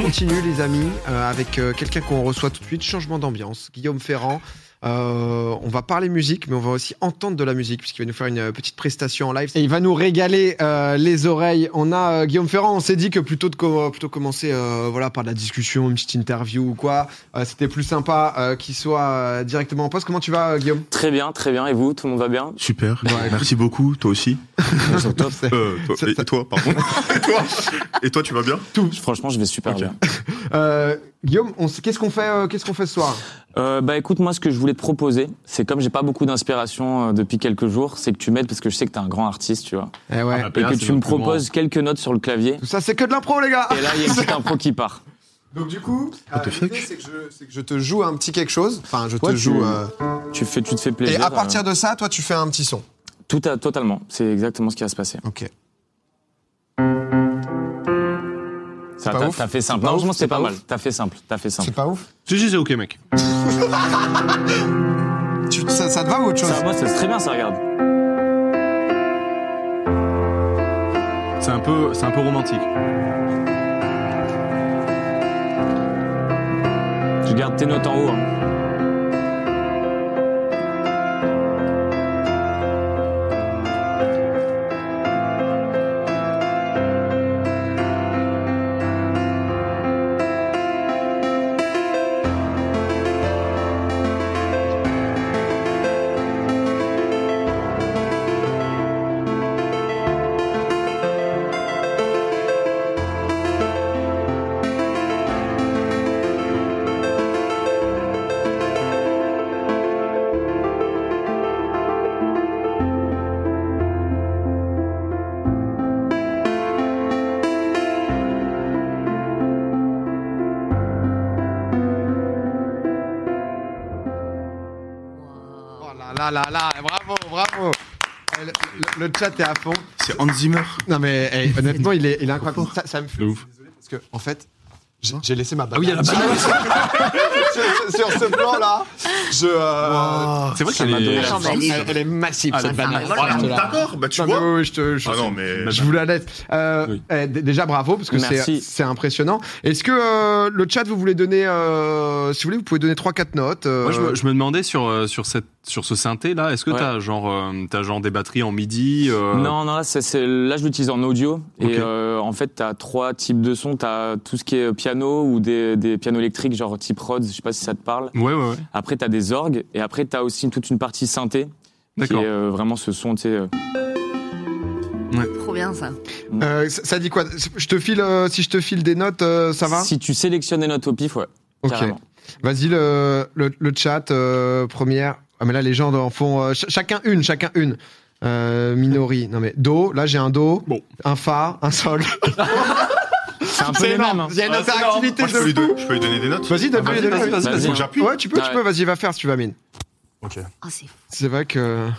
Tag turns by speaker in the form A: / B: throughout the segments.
A: continue, les amis, euh, avec euh, quelqu'un qu'on reçoit tout de suite. Changement d'ambiance. Guillaume Ferrand. Euh, on va parler musique, mais on va aussi entendre de la musique, puisqu'il va nous faire une petite prestation en live. Et il va nous régaler euh, les oreilles. On a euh, Guillaume Ferrand, on s'est dit que plutôt de co- plutôt commencer euh, voilà, par de la discussion, une petite interview ou quoi, euh, c'était plus sympa euh, qu'il soit euh, directement en poste. Comment tu vas, euh, Guillaume
B: Très bien, très bien. Et vous, tout le monde va bien
C: Super.
A: Ouais.
C: Merci beaucoup. Toi aussi.
B: Top.
C: Euh, toi-
A: Ça-
C: et, et toi, pardon. et toi. Et toi, tu vas bien
B: Franchement, je vais super
C: Ok.
B: bien.
A: Euh, Guillaume, on s- qu'est-ce qu'on fait, euh, qu'est-ce qu'on fait ce soir
B: Euh, bah écoute, moi, ce que je voulais te proposer, c'est comme j'ai pas beaucoup d'inspiration euh, depuis quelques jours, c'est que tu m'aides parce que je sais que t'es un grand artiste, tu vois,
A: Eh ouais.
B: et que tu me proposes quelques notes sur le clavier.
A: Tout ça, c'est que de l'impro, les gars
B: Et là, il y a une petite impro qui part.
A: Donc, du coup, euh,
C: the fuck
A: l'idée, c'est que, je- c'est que je te joue un petit quelque chose. Enfin, je te
B: Ouais, tu-
A: joue. euh,
B: Tu fais, tu te fais
A: Et
B: plaisir.
A: à partir de ça, toi, tu fais un petit son.
B: euh, tout à, totalement. C'est exactement ce qui va se passer.
A: Ok.
B: Ça,
A: pas
B: t'as,
A: ouf.
B: t'as fait simple.
A: pas
B: Heureusement,
A: ouf,
B: c'était
A: c'est
B: pas,
A: pas
B: mal.
A: ouf.
B: T'as fait simple. T'as fait
A: C'est
B: simple.
A: pas ouf
D: Si, si, c'est ok, mec.
A: Tu- ça, ça te va ou autre chose
B: Ça, moi, c'est très bien. Ça regarde.
D: C'est un peu, c'est un peu romantique.
B: Je garde tes notes en haut. hein.
A: Oh là là là là, bravo, bravo. Eh, Le, le- le chat est à fond.
C: C'est Hans Zimmer.
A: Non mais eh, honnêtement, il est, il est incroyable. Ça, ça me fait
C: De ouf.
A: Désolé, parce que en fait, j'ai j'ai laissé ma banane.
D: oui, il y a la
A: banane. sur, sur ce plan là, je. euh,
D: C'est vrai
B: Ça
D: qu'elle
B: m'a donné
D: est.
B: la
A: elle-
B: force.
A: elle, elle est massive
D: Ah,
A: cette
D: la
A: banane.
C: Ah,
A: Voilà.
C: D'accord. Bah, tu
A: Non, mais
C: vois.
A: oui, oui, je te- je-
C: Ah non, mais.
A: Je vous la laisse. Euh,
D: Oui.
A: eh, d- déjà bravo parce que c'est
B: Merci.
A: c'est impressionnant. Est-ce que euh, le chat vous voulez donner, euh, si vous voulez, vous pouvez donner 3-4 notes. euh,
D: Moi, je me, je me demandais sur, euh, sur, cette, sur ce synthé là, est-ce que
B: Ouais.
D: t'as genre, euh, t'as genre des batteries en midi euh,
B: Non, non, là, c'est- c'est- là je l'utilise en audio.
D: Ok.
B: Et euh, en fait, tu as trois types de sons. Tu as tout ce qui est piano ou des, des pianos électriques, genre type Rhodes, je sais pas si ça te parle.
D: Ouais, ouais, ouais.
B: Après, tu as des orgues. Et après, tu as aussi toute une partie synthé, qui est
D: D'accord.
B: euh, vraiment ce son, tu sais. euh,
E: Trop bien ça.
A: Euh, ça ça dit quoi Je te file, euh, si je te file des notes, euh, ça va
B: Si tu sélectionnes des notes au pif, ouais.
A: Ok.
B: Carrément.
A: Vas-y, le, le, le chat, euh, première. Ah, mais là, les gens en font. euh, ch- chacun une, chacun une. Euh, Minori. Non, mais Do. Là, j'ai un Do.
C: Bon.
A: Un Fa. Un Sol.
B: C'est un peu
A: C'est
B: les mêmes.
A: énorme.
B: hein.
A: Il y a une
D: Ah, c'est énorme.
A: interactivité
C: Moi, je peux, lui
A: de fou.
C: don- je peux lui donner des notes.
A: Ah, Vas-y, donne-lui
D: Vas-y,
A: les
D: vas-y,
A: notes.
D: vas-y,
B: Vas-y,
D: vas-y.
C: Faut que j'appuie.
A: Ouais, tu peux, tu
B: Ouais.
A: peux. Vas-y, va faire si tu vas, Mine.
E: Ah, c'est fou.
A: C'est vrai que. ah,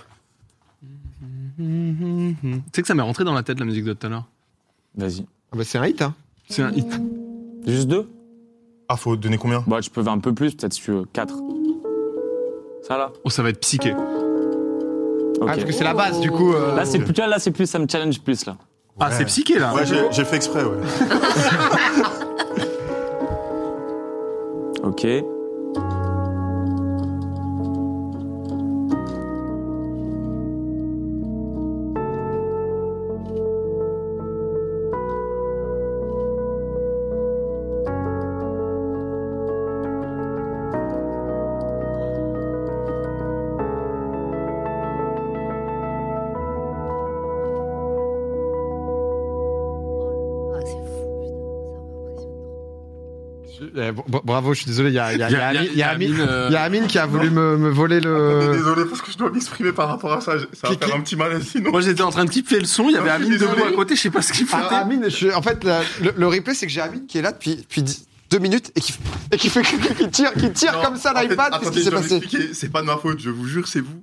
D: Tu sais que ça m'est rentré dans la tête la musique de tout à l'heure.
B: Vas-y.
A: Ah bah, c'est un hit, hein.
D: C'est un hit.
B: Juste deux
C: Ah, faut donner combien
B: Bah, tu peux faire un peu plus, peut-être si tu veux. Quatre. Ça là
D: Oh, ça va être psyché.
A: Ah, parce
B: Ok.
A: que c'est la base, du coup. euh,
B: Là, c'est plus, tu vois, là, c'est plus, ça me challenge plus, là.
D: Ah, c'est psyché là.
C: Ouais, j'ai j'ai fait exprès, ouais.
B: Ok.
E: Ah, c'est fou. Putain, ça m'impressionne trop.
A: eh, bon, bon, bravo, je suis désolé. Il y a, il y a- il y a Amine- il y a Amine-
D: euh,
A: il y a Amine qui a voulu me, me voler le.
C: Ah, Désolé parce que je dois m'exprimer par rapport à ça. Ça va
A: Qui- qui-
C: faire un petit malaise sinon.
D: Moi, j'étais en train de kiffer le son, il y avait
C: Non, je
D: Amine
C: suis
D: debout
C: désolé.
D: à côté, je sais pas ce qu'il
A: Ah,
D: foutait.
A: Amine, je- en fait, la- le, le replay, c'est que j'ai Amine qui est là depuis, depuis dix- deux minutes et qui, et qui fait que- qui tire, qui tire
C: Non,
A: comme ça
C: en fait,
A: l'iPad. Qu'est-ce
C: attendez,
A: qui
C: je
A: s'est
C: dois
A: passé
C: m'expliquer. C'est pas de ma faute, je vous jure, c'est vous.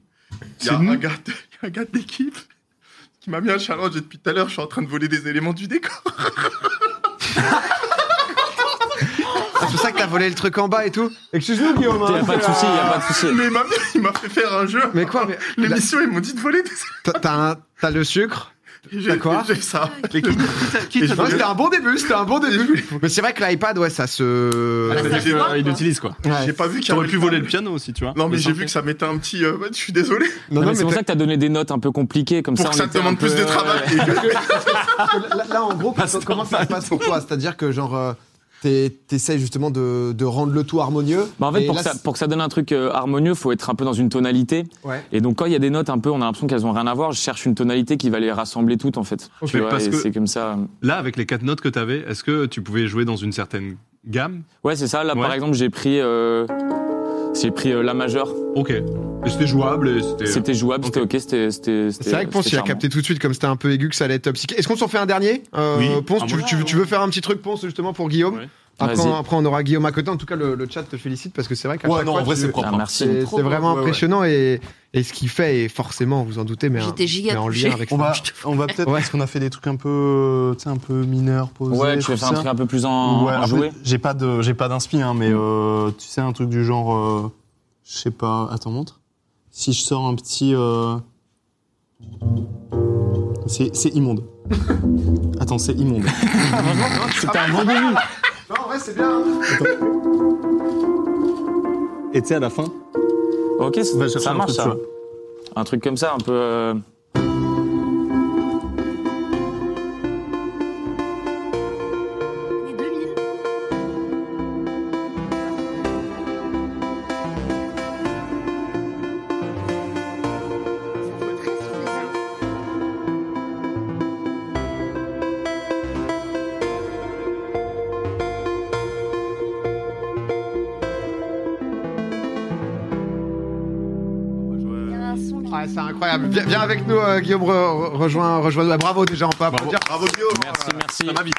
C: Il y a
D: C'est nous.
C: un gars de- il y a un gars de l'équipe qui m'a mis un challenge et depuis tout à l'heure, je suis en train de voler des éléments du décor.
A: C'est pour ça que t'as volé le truc en bas et tout. Excuse-nous, Guillaume.
B: Il
A: hein.
B: a pas de souci, il a pas de souci.
C: Mais il m'a- il m'a fait faire un jeu.
A: Mais quoi mais-
C: L'émission, ils m'ont dit de voler des
A: T'as- T'as un- t'as le sucre,
C: Et
B: Bah
C: j'ai-
A: D'accord.
C: J'ai ça.
A: Les kits.
C: Et je
A: Ouais,
C: voulais-
A: c'était un bon début, c'était un bon début. Mais c'est vrai que l'iPad, ouais, ça
C: Ah,
A: se.
C: mais
D: C'est-à-dire,
E: ça se voit,
D: euh, Il
E: quoi.
D: l'utilise quoi.
A: Ouais.
C: J'ai pas vu qu'il y
D: T'aurais
C: avait
D: pu voler le piano aussi, tu vois.
C: Non, mais
D: Le
C: j'ai
D: synthé.
C: vu que ça mettait un petit. euh, Je suis désolé.
A: Non,
B: Non,
A: non,
B: mais c'est
A: mais
B: pour
A: t'as-
B: ça que t'as donné des notes un peu compliquées, comme
C: Pour
B: ça.
C: que
B: on
C: ça
B: était
C: te demande
B: un peu- euh,
C: plus de travail. Et que-
A: là, là, en gros, comment ça se passe pour toi C'est-à-dire que, genre, euh, t'es- t'essayes justement de, de rendre le tout harmonieux.
B: Bah, en fait,
A: Et
B: pour,
A: là,
B: que ça,
A: c'est-
B: pour que ça donne un truc euh, harmonieux, faut être un peu dans une tonalité.
A: Ouais.
B: Et donc, quand il y a des notes un peu, on a l'impression qu'elles ont rien à voir. Je cherche une tonalité qui va les rassembler toutes, en fait.
D: Ok.
B: Tu vois,
D: Parce
B: et
D: que-
B: c'est comme ça.
D: Là, avec les quatre notes que t'avais, est-ce que tu pouvais jouer dans une certaine gamme
B: Ouais, c'est ça. Là, par
D: Ouais.
B: exemple, j'ai pris, euh, j'ai pris euh, la majeure.
D: Ok. Et c'était jouable et
C: euh,
D: c'était.
B: C'était jouable, c'était ok, c'était. c'était-
A: C'est vrai que Ponce, il
B: c'était
A: a
B: charmant.
A: capté tout de suite, comme c'était un peu aigu, que ça allait être psyché. Est-ce qu'on s'en fait un dernier Euh,
D: Oui.
A: Ponce,
D: Ah,
A: tu,
D: moi,
A: tu- tu veux faire un petit truc, Ponce, justement, pour Guillaume
D: Ouais.
A: après,
B: Vas-y.
A: on, après, on aura Guillaume à côté. En tout cas, le, le chat te félicite parce que c'est vrai qu'à
F: Ouais,
A: chaque
F: non,
A: fois,
F: en vrai,
A: tu-
F: c'est
B: Ah,
F: propre. hein.
B: merci.
A: c'est- C'est vraiment
F: Ouais, ouais.
A: impressionnant et, et ce qu'il fait est forcément, vous en doutez, mais, un-
E: J'étais giga
A: mais en
E: touchée.
A: lien avec
F: On
A: ça.
F: va, on va peut-être,
A: Ouais.
F: parce qu'on a fait des trucs un peu, euh, tu sais, un peu mineurs, posés.
B: Ouais, tu veux
F: tout
B: faire un
F: ça.
B: truc un peu plus en,
F: Ouais,
B: en
F: après,
B: joué
F: J'ai pas de, j'ai pas d'inspi, hein,
A: Mm.
F: mais euh, tu sais, un truc du genre, euh, je sais pas, attends, montre. Si je sors un petit, euh, c'est, c'est immonde. attends, c'est immonde.
A: Ah,
B: C'était un bon début.
A: Non, en vrai, c'est bien. hein.
F: Et tu sais, à la fin,
B: Ok,
F: on va
B: ça,
F: chercher un
B: marche
F: truc,
B: ça.
F: tu vois.
B: Un truc comme ça, un peu. euh,
E: Les 2000. Ça voit très sur les arbres. Il y a un son qui-
A: Ouais, c'est incroyable. Viens, viens avec nous, euh, Guillaume, re- re- rejoins, rejoins. bah, bravo déjà, on peut applaudir.
C: Bravo, Guillaume.
B: Merci, merci.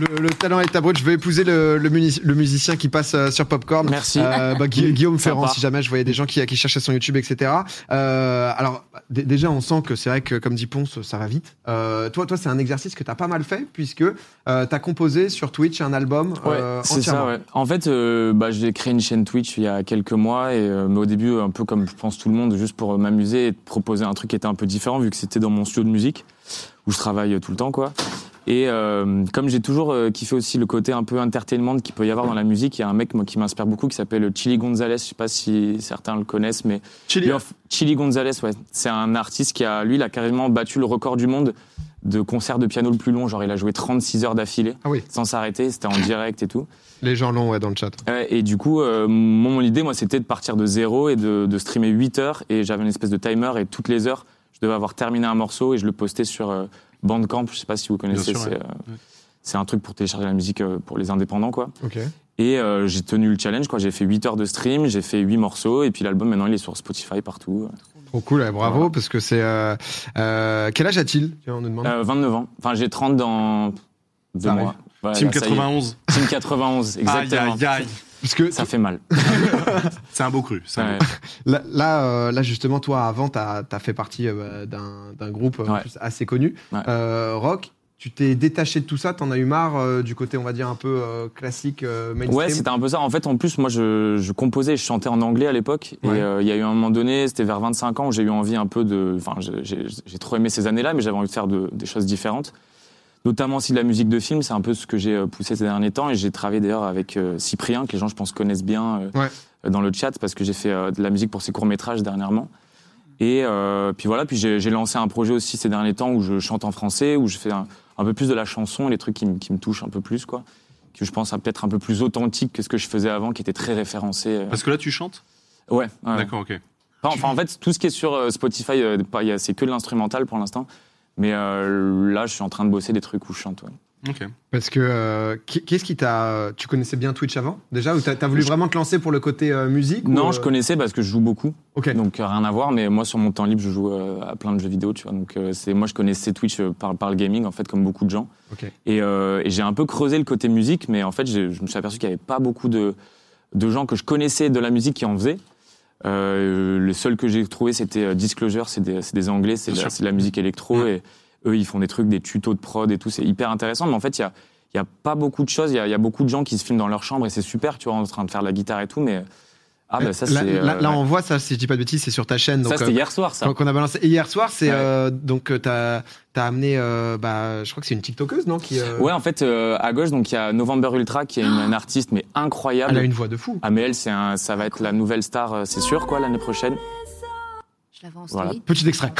A: Le, le talent est à brut. Je vais épouser le, le munici- le musicien qui passe euh, sur Popcorn.
B: Merci.
A: Euh, bah, Gui- Guillaume Ferrand,
B: Sympa.
A: si jamais je voyais des gens qui, qui cherchaient son YouTube, etc. Euh, alors, d- déjà, on sent que c'est vrai que, comme dit Ponce, ça va vite. Euh, toi, toi c'est un exercice que tu as pas mal fait, puisque euh, tu as composé sur Twitch un album
B: Ouais,
A: euh,
B: c'est
A: entièrement.
B: ça, ouais. En fait, euh, bah, j'ai créé une chaîne Twitch il y a quelques mois, et, euh, mais au début, un peu comme je pense tout le monde, juste pour euh, m'amuser et de proposer un truc qui était un peu différent, vu que c'était dans mon studio de musique, où je travaille euh, tout le temps, quoi. Et euh, comme j'ai toujours euh, kiffé aussi le côté un peu entertainment qu'il peut y avoir dans la musique, il y a un mec moi, qui m'inspire beaucoup qui s'appelle euh, Chili Gonzalez, je sais pas si certains le connaissent, mais
D: Chili.
B: lui, en f- Chili Gonzalez, ouais. C'est un artiste qui a, lui, il a carrément battu le record du monde de concerts de piano le plus long. Genre, il a joué 36 heures d'affilée,
A: Ah oui.
B: sans s'arrêter. C'était en direct et tout.
A: Les gens l'ont ouais, dans le chat.
B: Ouais, et du coup, euh, mon, mon idée, moi, c'était de partir de zéro et de, de streamer 8 heures. Et j'avais une espèce de timer et toutes les heures, je devais avoir terminé un morceau et je le postais sur euh, Bandcamp. Je sais pas si vous connaissez.
D: Bien sûr,
B: c'est,
D: ouais.
B: euh,
D: Ouais.
B: c'est un truc pour télécharger la musique euh, pour les indépendants, quoi.
A: Ok.
B: Et euh, j'ai tenu le challenge, quoi. J'ai fait 8 heures de stream, j'ai fait 8 morceaux. Et puis l'album, maintenant, il est sur Spotify partout.
A: Trop cool, ouais, bravo,
B: Voilà.
A: parce que c'est. euh, euh, quel âge a-t-il Tiens, on nous demande.
B: Euh, 29 ans. Enfin, j'ai 30 dans deux
A: Ça
B: mois. Voilà,
D: Team
B: ça y est.
D: 91.
B: Team 91, exactement.
D: Aïe, aïe, aïe.
A: Parce que
B: Ça fait mal.
D: C'est un beau cru. c'est un
B: Ouais.
D: beau-
A: Là, là, euh, là, justement, toi, avant, t'as as fait partie euh, d'un d'un groupe euh, en
B: Ouais.
A: plus assez connu,
B: Ouais.
A: euh, rock. Tu t'es détaché de tout ça, t'en as eu marre euh, du côté, on va dire, un peu euh, classique, euh, mainstream.
B: Ouais, c'était un peu ça. En fait, en plus, moi, je, je composais et je chantais en anglais à l'époque. Et euh,
A: Ouais.
B: il y a eu un moment donné, c'était vers 25 ans, où j'ai eu envie un peu de. Enfin, j'ai- j'ai j'ai trop aimé ces années-là, mais j'avais envie de faire de- des choses différentes. Notamment aussi de la musique de film, c'est un peu ce que j'ai euh, poussé ces derniers temps. Et j'ai travaillé d'ailleurs avec euh, Cyprien, que les gens, je pense, connaissent bien euh,
A: Ouais.
B: euh, dans le chat, parce que j'ai fait euh, de la musique pour ses courts-métrages dernièrement. Et euh, puis voilà, puis j'ai j'ai lancé un projet aussi ces derniers temps où je chante en français, où je fais un, un peu plus de la chanson et les trucs qui, me- qui me touchent un peu plus, quoi. Que je pense à peut-être un peu plus authentique que ce que je faisais avant, qui était très référencé. euh.
D: Parce que là, tu chantes
B: Ouais. ouais.
D: D'accord, ok.
B: Enfin, enfin, en fait, tout ce qui est sur euh, Spotify, euh, pas- il y a- c'est que de l'instrumental pour l'instant. Mais euh, là, je suis en train de bosser des trucs où je chante. ouais.
D: Ok.
A: Parce que, euh, qui- qu'est-ce qui t'a. Tu connaissais bien Twitch avant, déjà Ou t'as t'as voulu vraiment te lancer pour le côté euh, musique ou,
B: Non,
A: euh,
B: je connaissais parce que je joue beaucoup.
A: Ok.
B: Donc euh, rien à voir, mais moi sur mon temps libre, je joue euh, à plein de jeux vidéo, tu vois. Donc euh, c'est moi je connaissais Twitch euh, par, par le gaming en fait, comme beaucoup de gens.
A: Ok.
B: Et, euh, et j'ai un peu creusé le côté musique, mais en fait j'ai- je me suis aperçu qu'il n'y avait pas beaucoup de, de gens que je connaissais de la musique qui en faisaient. Euh, le seul que j'ai trouvé c'était euh, Disclosure, c'est des, c'est des Anglais, c'est de,
D: Bien
B: la-
D: sûr.
B: c'est de la musique électro et eux ils font des trucs, des tutos de prod et tout, c'est hyper intéressant. Mais en fait il y a il n'y a pas beaucoup de choses, il y, a- il y a beaucoup de gens qui se filment dans leur chambre et c'est super, tu vois, en train de faire de la guitare et tout, mais Ah, bah ça, c'est.
A: là, là-
B: euh,
A: là,
B: ouais.
A: on voit ça, si je dis pas de bêtises, c'est sur ta chaîne.
B: Ça,
A: donc,
B: c'était
A: euh,
B: hier soir, ça.
A: qu'on- qu'on a balancé. Et hier soir, c'est
B: Ouais.
A: euh, donc euh, t'as as amené, euh, bah, je crois que c'est une TikTokeuse, non qui, euh,
B: Ouais, en fait, euh, à gauche, donc il y a November Ultra, qui est une, une artiste, mais incroyable.
A: Elle a une voix de fou.
B: Ah, mais elle, c'est un, ça va être la nouvelle star, euh, c'est sûr, quoi, l'année prochaine.
E: Je l'avais en
B: Voilà.
E: story.
A: Petit extrait.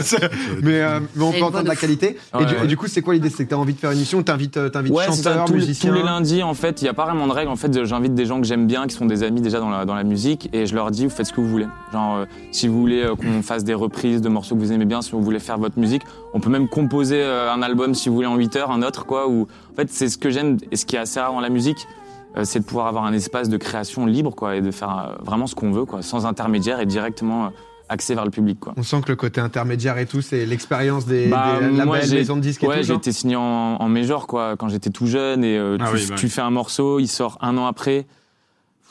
A: C'est- mais, euh, mais on
E: C'est
A: peut
E: une voix
A: entendre
E: de
A: la
E: fou.
A: qualité. Et,
B: Ouais,
A: du,
B: ouais.
A: et du coup, c'est quoi l'idée C'est que t'as envie de faire une émission où t'invites euh, t'invites
B: Ouais, c'est ça.
A: chanteurs,
B: Tous, les-
A: musiciens.
B: tous les lundis, en fait, il n'y a pas vraiment de règle. En fait, j'invite des gens que j'aime bien, qui sont des amis déjà dans la, dans la musique, et je leur dis, vous faites ce que vous voulez. Genre, euh, si vous voulez euh, qu'on fasse des reprises de morceaux que vous aimez bien, si vous voulez faire votre musique, on peut même composer euh, un album, si vous voulez, en 8 heures, un autre, quoi. Ou, en fait, c'est ce que j'aime, et ce qui est assez rare dans la musique, euh, c'est de pouvoir avoir un espace de création libre, quoi, et de faire euh, vraiment ce qu'on veut, quoi, sans intermédiaire et directement euh, axé vers le public, quoi.
A: On sent que le côté intermédiaire et tout, c'est l'expérience des,
B: Bah,
A: des
B: moi,
A: labels,
B: j'ai-
A: maisons de disques et
B: Ouais,
A: tout.
B: j'ai
A: genre.
B: été signé en, en major quoi, quand j'étais tout jeune et euh,
D: Ah
B: tu,
D: oui, bah
B: tu fais un morceau, il sort un an après.
D: T'es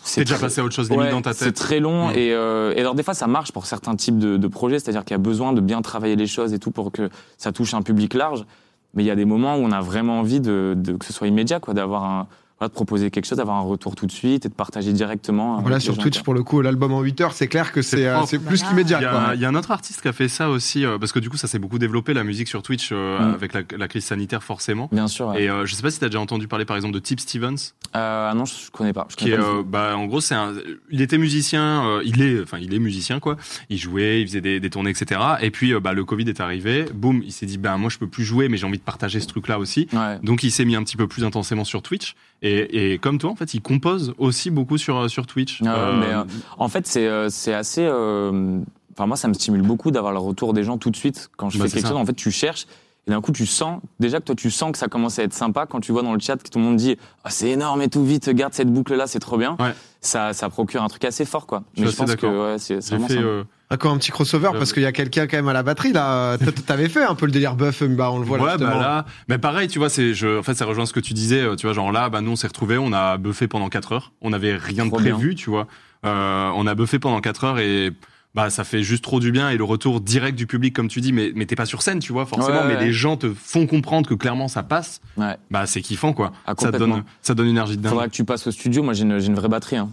B: C'est
D: déjà
B: très-
D: passé à autre chose
B: ouais,
D: limite dans ta
B: C'est
D: tête.
B: très long
D: Mm.
B: et, euh, et alors des fois ça marche pour certains types de, de projets, c'est-à-dire qu'il y a besoin de bien travailler les choses et tout pour que ça touche un public large. Mais il y a des moments où on a vraiment envie de, de- que ce soit immédiat, quoi, d'avoir un voilà, de proposer quelque chose, d'avoir un retour tout de suite et de partager directement. avec
A: Voilà,
B: les
A: sur
B: gens,
A: Twitch,
B: quoi.
A: pour le coup, l'album en 8 heures, c'est clair que c'est
D: C'est
A: euh,
D: propre.
A: c'est plus
E: Bah,
A: qu'immédiat.
D: Il y,
A: quoi.
D: a, il y a un autre artiste qui a fait ça aussi, euh, parce que du coup, ça s'est beaucoup développé la musique sur Twitch euh,
B: Mm.
D: avec la, la crise sanitaire forcément.
B: Bien sûr. ouais.
D: Et euh, je sais pas si t'as déjà entendu parler par exemple de Tip Stevens,
B: Euh, ah non, je, je connais pas. Je
D: qui
B: connais
D: est,
B: pas du
D: euh,
B: tout.
D: bah, en gros, c'est un, il était musicien, euh, il est, enfin, il est musicien quoi. Il jouait, il faisait des, des tournées, etc. Et puis, euh, bah, le Covid est arrivé, boum, il s'est dit, ben moi, je peux plus jouer, mais j'ai envie de partager ce truc-là aussi.
B: Ouais.
D: Donc il s'est mis un petit peu plus intensément sur Twitch et, et comme toi en fait il compose aussi beaucoup sur euh, sur Twitch.
B: Ah ouais, mais, euh, En fait, c'est euh, c'est assez. euh, Enfin, moi, ça me stimule beaucoup d'avoir le retour des gens tout de suite quand je
D: Bah,
B: fais
D: c'est
B: quelque
D: ça.
B: chose. En fait, tu cherches. Et d'un coup, tu sens, déjà que toi, tu sens que ça commence à être sympa quand tu vois dans le chat que tout le monde dit Ah, c'est énorme et tout, vite, garde cette boucle-là, c'est trop bien.
D: Ouais.
B: Ça, ça procure un truc assez fort, quoi.
D: Je
B: Mais
D: suis
B: je
D: assez
B: pense que
D: d'accord.
B: ouais, c'est c'est
D: j'ai
B: vraiment
D: fait
B: sympa.
D: euh,
A: Encore Ah, un petit crossover parce qu'il y a quelqu'un quand même à la batterie là. Euh, t'a- T'avais fait un peu le délire buff, bah on le voit là.
D: ouais, bah
A: justement.
D: là, mais pareil, tu vois, c'est, je, en fait, ça rejoint ce que tu disais, euh, tu vois, genre là, bah, nous, on s'est retrouvés, on a buffé pendant 4 heures, on n'avait rien de
B: Trop bien.
D: prévu, tu vois, Euh, on a buffé pendant 4 heures et, bah, ça fait juste trop du bien et le retour direct du public, comme tu dis, mais, mais t'es pas sur scène, tu vois, forcément,
B: Ouais, ouais,
D: mais
B: ouais.
D: les gens te font comprendre que clairement ça passe,
B: Ouais.
D: bah, c'est kiffant, quoi.
B: Ah,
D: ça te
B: complètement.
D: donne, ça donne une énergie de dingue.
B: Faudra que tu passes au studio. Moi, j'ai une, j'ai une vraie batterie. Hein.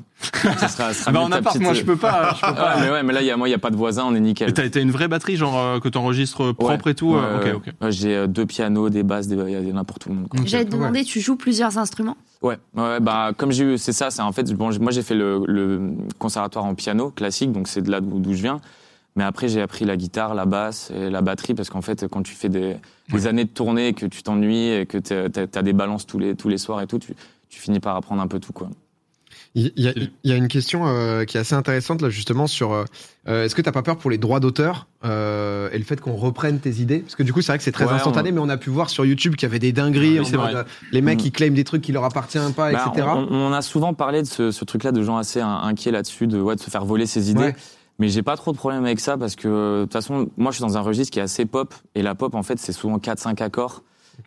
B: ça sera, ça sera
D: Ah, bah,
B: mieux
D: en
B: ta
D: appart,
B: petite- euh,
D: moi, je peux pas, je peux pas.
B: Ouais, mais ouais, mais là, il y a, moi, il n'y a pas de voisin, on est nickel.
D: Et t'as t'as une vraie batterie, genre euh, que t'enregistres propre
B: Ouais.
D: et tout.
B: Ouais,
D: euh,
B: ouais,
D: ok,
B: ouais.
D: ok.
B: Ouais, J'ai euh, deux pianos, des basses, des... il y en a pour tout le monde. quoi.
E: J'allais te demander, tu joues plusieurs instruments
B: Ouais, ouais, bah comme j'ai eu, c'est ça, c'est en fait, bon, j'ai- moi j'ai fait le, le conservatoire en piano classique, donc c'est de là d'où d'où je viens. Mais après j'ai appris la guitare, la basse, et la batterie, parce qu'en fait quand tu fais des, des années de tournée, et que tu t'ennuies, et que t'as t'as- t'as des balances tous les tous les soirs et tout, tu, tu finis par apprendre un peu tout quoi.
A: Il il y, a-
D: Ok.
A: il y a une question euh, qui est assez intéressante là justement sur euh, euh, est-ce que t'as pas peur pour les droits d'auteur euh, et le fait qu'on reprenne tes idées parce que du coup c'est vrai que c'est très
B: Ouais,
A: instantané mais on a pu voir sur YouTube qu'il y avait des dingueries
D: Ah oui,
A: en
D: c'est
A: mode,
D: vrai.
A: euh, les mecs
B: Mm.
A: qui claiment des trucs qui leur appartiennent pas
B: Bah,
A: etc.
B: on, on- on a souvent parlé de ce, ce truc-là, de gens assez in- inquiets là-dessus, de, ouais, de se faire voler ses idées.
A: Ouais.
B: Mais j'ai pas trop de problème avec ça parce que, euh, de toute façon, moi je suis dans un registre qui est assez pop. Et la pop, en fait, c'est souvent 4-5 accords.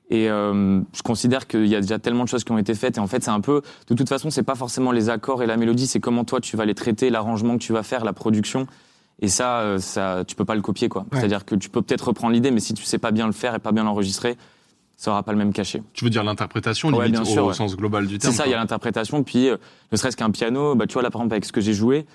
B: Et euh, je considère qu'il y a déjà tellement de choses qui ont été faites. Et en fait, c'est un peu. De toute façon, c'est pas forcément les accords et la mélodie, c'est comment toi tu vas les traiter, l'arrangement que tu vas faire, la production. Et ça, euh, ça tu peux pas le copier, quoi.
A: Ouais.
B: C'est-à-dire que tu peux peut-être reprendre l'idée, mais si tu sais pas bien le faire et pas bien l'enregistrer, ça aura pas le même cachet.
D: Tu veux dire l'interprétation
B: Ouais,
D: limite
B: bien sûr,
D: au
B: ouais.
D: sens global du
B: C'est
D: terme.
B: ça,
D: quoi.
B: il y a l'interprétation. Puis, euh, ne serait-ce qu'un piano, bah, tu vois, là, par exemple, avec ce que j'ai joué,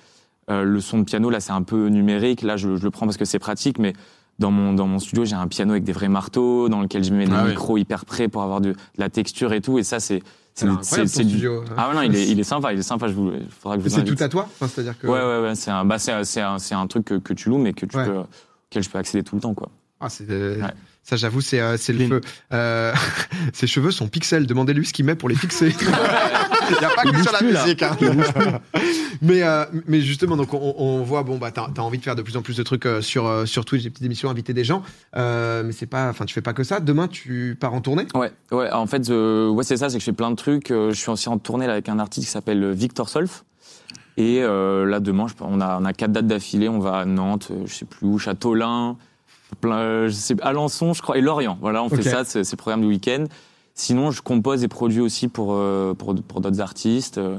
B: euh, le son de piano, là, c'est un peu numérique. Là, je, je le prends parce que c'est pratique, mais dans mon, dans mon studio, j'ai un piano avec des vrais marteaux, dans lequel je mets des
D: Ah oui.
B: micros hyper près pour avoir de, de la texture et tout. Et ça, c'est. c'est-
A: Alors, incroyable,
B: c'est- c'est
A: ton
B: du-
A: studio, hein.
B: Ah ouais, non, il est, il est sympa, il est sympa. Je vous, il faudra que je vous
A: C'est
B: invite.
A: tout à toi Enfin, c'est-à-dire que
B: Ouais, ouais, ouais. C'est un, bah, c'est un- c'est un, c'est un truc que, que tu loues, mais que tu
A: Ouais.
B: peux, auquel je peux accéder tout le temps, quoi.
A: Ah, c'est, euh,
B: Ouais.
A: Ça, j'avoue, c'est euh, c'est le
D: Lynn.
A: feu. Euh, ses cheveux sont pixels. Demandez-lui ce qu'il met pour les fixer. Il n'y a pas que sur la musique. hein. mais, euh, mais justement, donc on, on voit, bon, bah, t'as as envie de faire de plus en plus de trucs euh, sur, euh, sur Twitch, des petites émissions, inviter des gens. Euh, mais c'est pas, enfin, tu fais pas que ça. Demain, tu pars en tournée.
B: Ouais, ouais. En fait, euh, ouais, c'est ça, c'est que je fais plein de trucs. Euh, je suis aussi en tournée là, avec un artiste qui s'appelle euh, Victor Solf. Et euh, là, demain, je- on a, on a quatre dates d'affilée. On va à Nantes, euh, je sais plus où, Châteaulin, plein, euh, je sais, Alençon, je crois, et Lorient. Voilà, on
A: Ok.
B: fait ça, c'est c'est le programme du week-end. Sinon, je compose et produis aussi pour, euh, pour, pour d'autres artistes. Euh,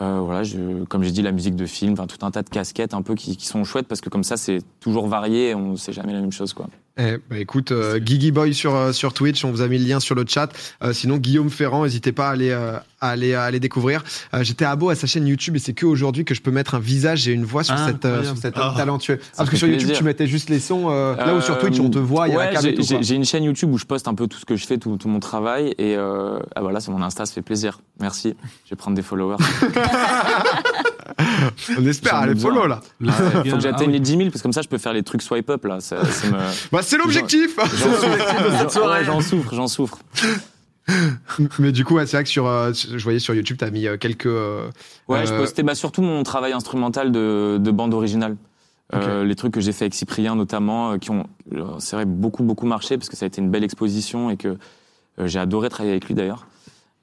B: euh, voilà, je, comme j'ai dit, la musique de film, enfin, tout un tas de casquettes un peu qui, qui sont chouettes parce que comme ça, c'est toujours varié et on ne sait jamais la même chose. quoi.
A: Eh, bah écoute, euh, Gigi Boy sur, euh, sur Twitch, on vous a mis le lien sur le chat. Euh, sinon, Guillaume Ferrand, n'hésitez pas à aller, euh, à aller, à aller découvrir. Euh, J'étais abo à sa chaîne YouTube et c'est que aujourd'hui que je peux mettre un visage et une voix sur
D: Ah,
A: cette, euh,
D: incroyable.
A: sur cet
F: Ah.
A: homme talentueux. Ah, parce
B: fait
A: que sur YouTube,
B: plaisir.
A: tu mettais juste les sons. euh, là où sur Twitch,
B: Euh,
A: on te voit, il y a
B: ouais,
A: la cam et
B: j'ai-
A: tout. quoi.
B: J'ai j'ai une chaîne YouTube où je poste un peu tout ce que je fais, tout, tout mon travail. Et euh, ah voilà, c'est mon Insta, ça fait plaisir. Merci. Je vais prendre des followers.
D: Ah
A: On espère,
B: J'en ai
A: allez,
B: besoin.
A: follow là.
B: Il Euh, faut
D: Ah
B: que j'atteigne
D: oui.
B: les 10 000 parce que comme ça, je peux faire les trucs swipe up là. Ça- ça me-
A: Bah, c'est l'objectif
B: J'en souffre. J'en- ouais, J'en souffre, j'en souffre.
A: Mais du coup, ouais, c'est vrai que sur, euh, je voyais sur YouTube, t'as mis euh, quelques. euh,
B: Ouais, je
A: Euh,
B: postais bah, surtout mon travail instrumental de, de bande originale. Euh, les trucs que j'ai fait avec Cyprien notamment, euh, qui ont, euh, c'est vrai, beaucoup, beaucoup marché parce que ça a été une belle exposition et que euh, j'ai adoré travailler avec lui d'ailleurs.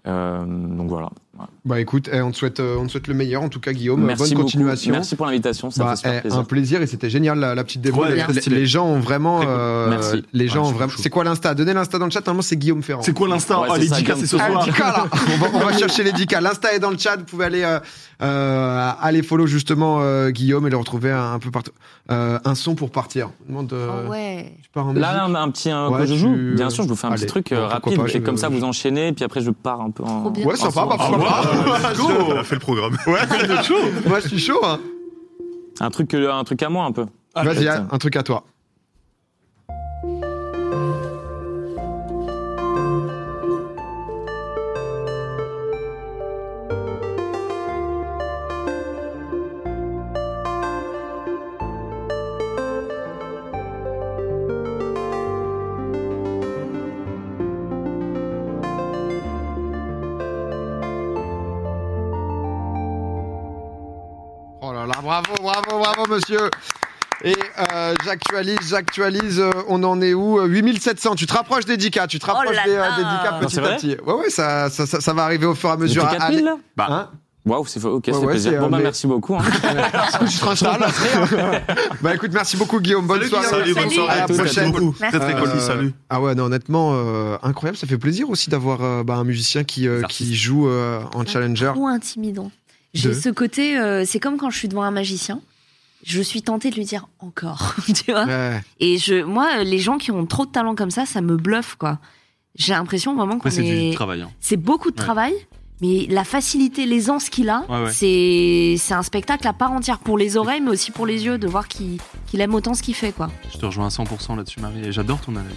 B: Euh, donc voilà. Ouais.
A: Bah écoute, eh, on, te souhaite, euh, on te souhaite le meilleur en tout cas, Guillaume. Bonne
B: beaucoup.
A: continuation.
B: Merci pour l'invitation, ça
A: Bah,
B: fait super
A: eh,
B: plaisir.
A: un plaisir et c'était génial la, la petite démo.
D: Ouais,
A: Les-
D: très
A: les,
D: stylé.
A: gens ont vraiment.
D: Très cool.
A: euh,
B: Merci.
A: Les gens
D: Ouais,
A: ont
D: c'est
A: vraiment.
D: chaud.
A: C'est quoi l'insta Donnez l'insta dans le chat. Normalement, c'est Guillaume Ferrand.
D: C'est quoi l'instant
B: Ouais,
D: Oh,
B: c'est
D: les
B: ça,
D: 10K,
B: gamme.
D: c'est ce
A: Ah,
D: soir.
A: les 10K, là on va, on va chercher les 10K. L'insta est dans le chat. Vous pouvez aller euh, euh, aller follow justement euh, Guillaume et le retrouver un, un peu partout. Euh, un son pour partir. On demande, euh,
E: Ah ouais.
A: tu pars en musique
B: Là, un, un petit un
A: Ouais,
B: que je joue.
A: tu-
B: Bien sûr, je vous fais un
A: Allez,
B: petit truc euh,
A: pourquoi
B: rapide.
A: pas,
B: et
A: je-
B: comme ça, vous enchaînez. Puis après, je pars un peu en.
E: Trop bien.
A: Ouais,
B: en
A: sympa,
B: solo.
A: parfois.
C: On a fait le programme. Ouais, c'est chaud.
A: Moi, je suis chaud. hein.
B: Un truc, euh, un truc à moi un peu.
A: Vas-y,
B: Ah, putain.
A: un truc à toi. Oh là là, bravo, bravo, bravo, monsieur. Et euh, j'actualise, j'actualise, euh, on en est où Euh, 8700, tu te rapproches des 10K, tu te rapproches
E: là
A: des, euh,
E: là.
A: des 10K
E: Non,
A: petit
B: c'est
A: à
B: vrai
A: petit. Ouais, ouais, ça, ça, ça, ça va arriver au fur et à mesure.
B: J'ai fait 4000
A: Allez.
B: là
A: Hein
B: Waouh, c'est
A: Ouais,
B: ok, c'est
A: ouais, c'est,
B: plaisir. Bon,
A: euh,
B: bah,
A: mais-
B: merci beaucoup. hein.
A: Je suis un cheval. bah écoute, merci beaucoup Guillaume, bonne
C: Salut,
A: soirée.
C: Guillaume.
E: Salut.
A: À la
C: Merci
A: prochaine.
C: beaucoup.
E: Merci.
C: Très, très cool.
A: Euh,
C: Salut.
A: Ah ouais, non, honnêtement, euh, incroyable, ça fait plaisir aussi d'avoir euh, bah, un musicien qui, euh,
D: Des
A: qui
D: artistes.
A: joue euh, en
E: Ah,
A: challenger.
E: Trop intimidant. J'ai
A: De-
E: ce côté, euh, c'est comme quand je suis devant un magicien. Je suis tentée de lui dire encore, tu vois.
A: Ouais.
E: Et je, moi, euh, les gens qui ont trop de talent comme ça, ça me bluffe, quoi. J'ai l'impression vraiment qu'on
D: Après, c'est
E: est.
D: du travail. hein.
E: C'est beaucoup de
D: Ouais.
E: travail, mais la facilité, l'aisance qu'il a,
D: Ouais, ouais.
E: c'est c'est un spectacle à part entière pour les oreilles, mais aussi pour les yeux, de voir qu'il qu'il aime autant ce qu'il fait, quoi.
D: Je te rejoins à 100% là-dessus, Marie. Et j'adore ton analyse.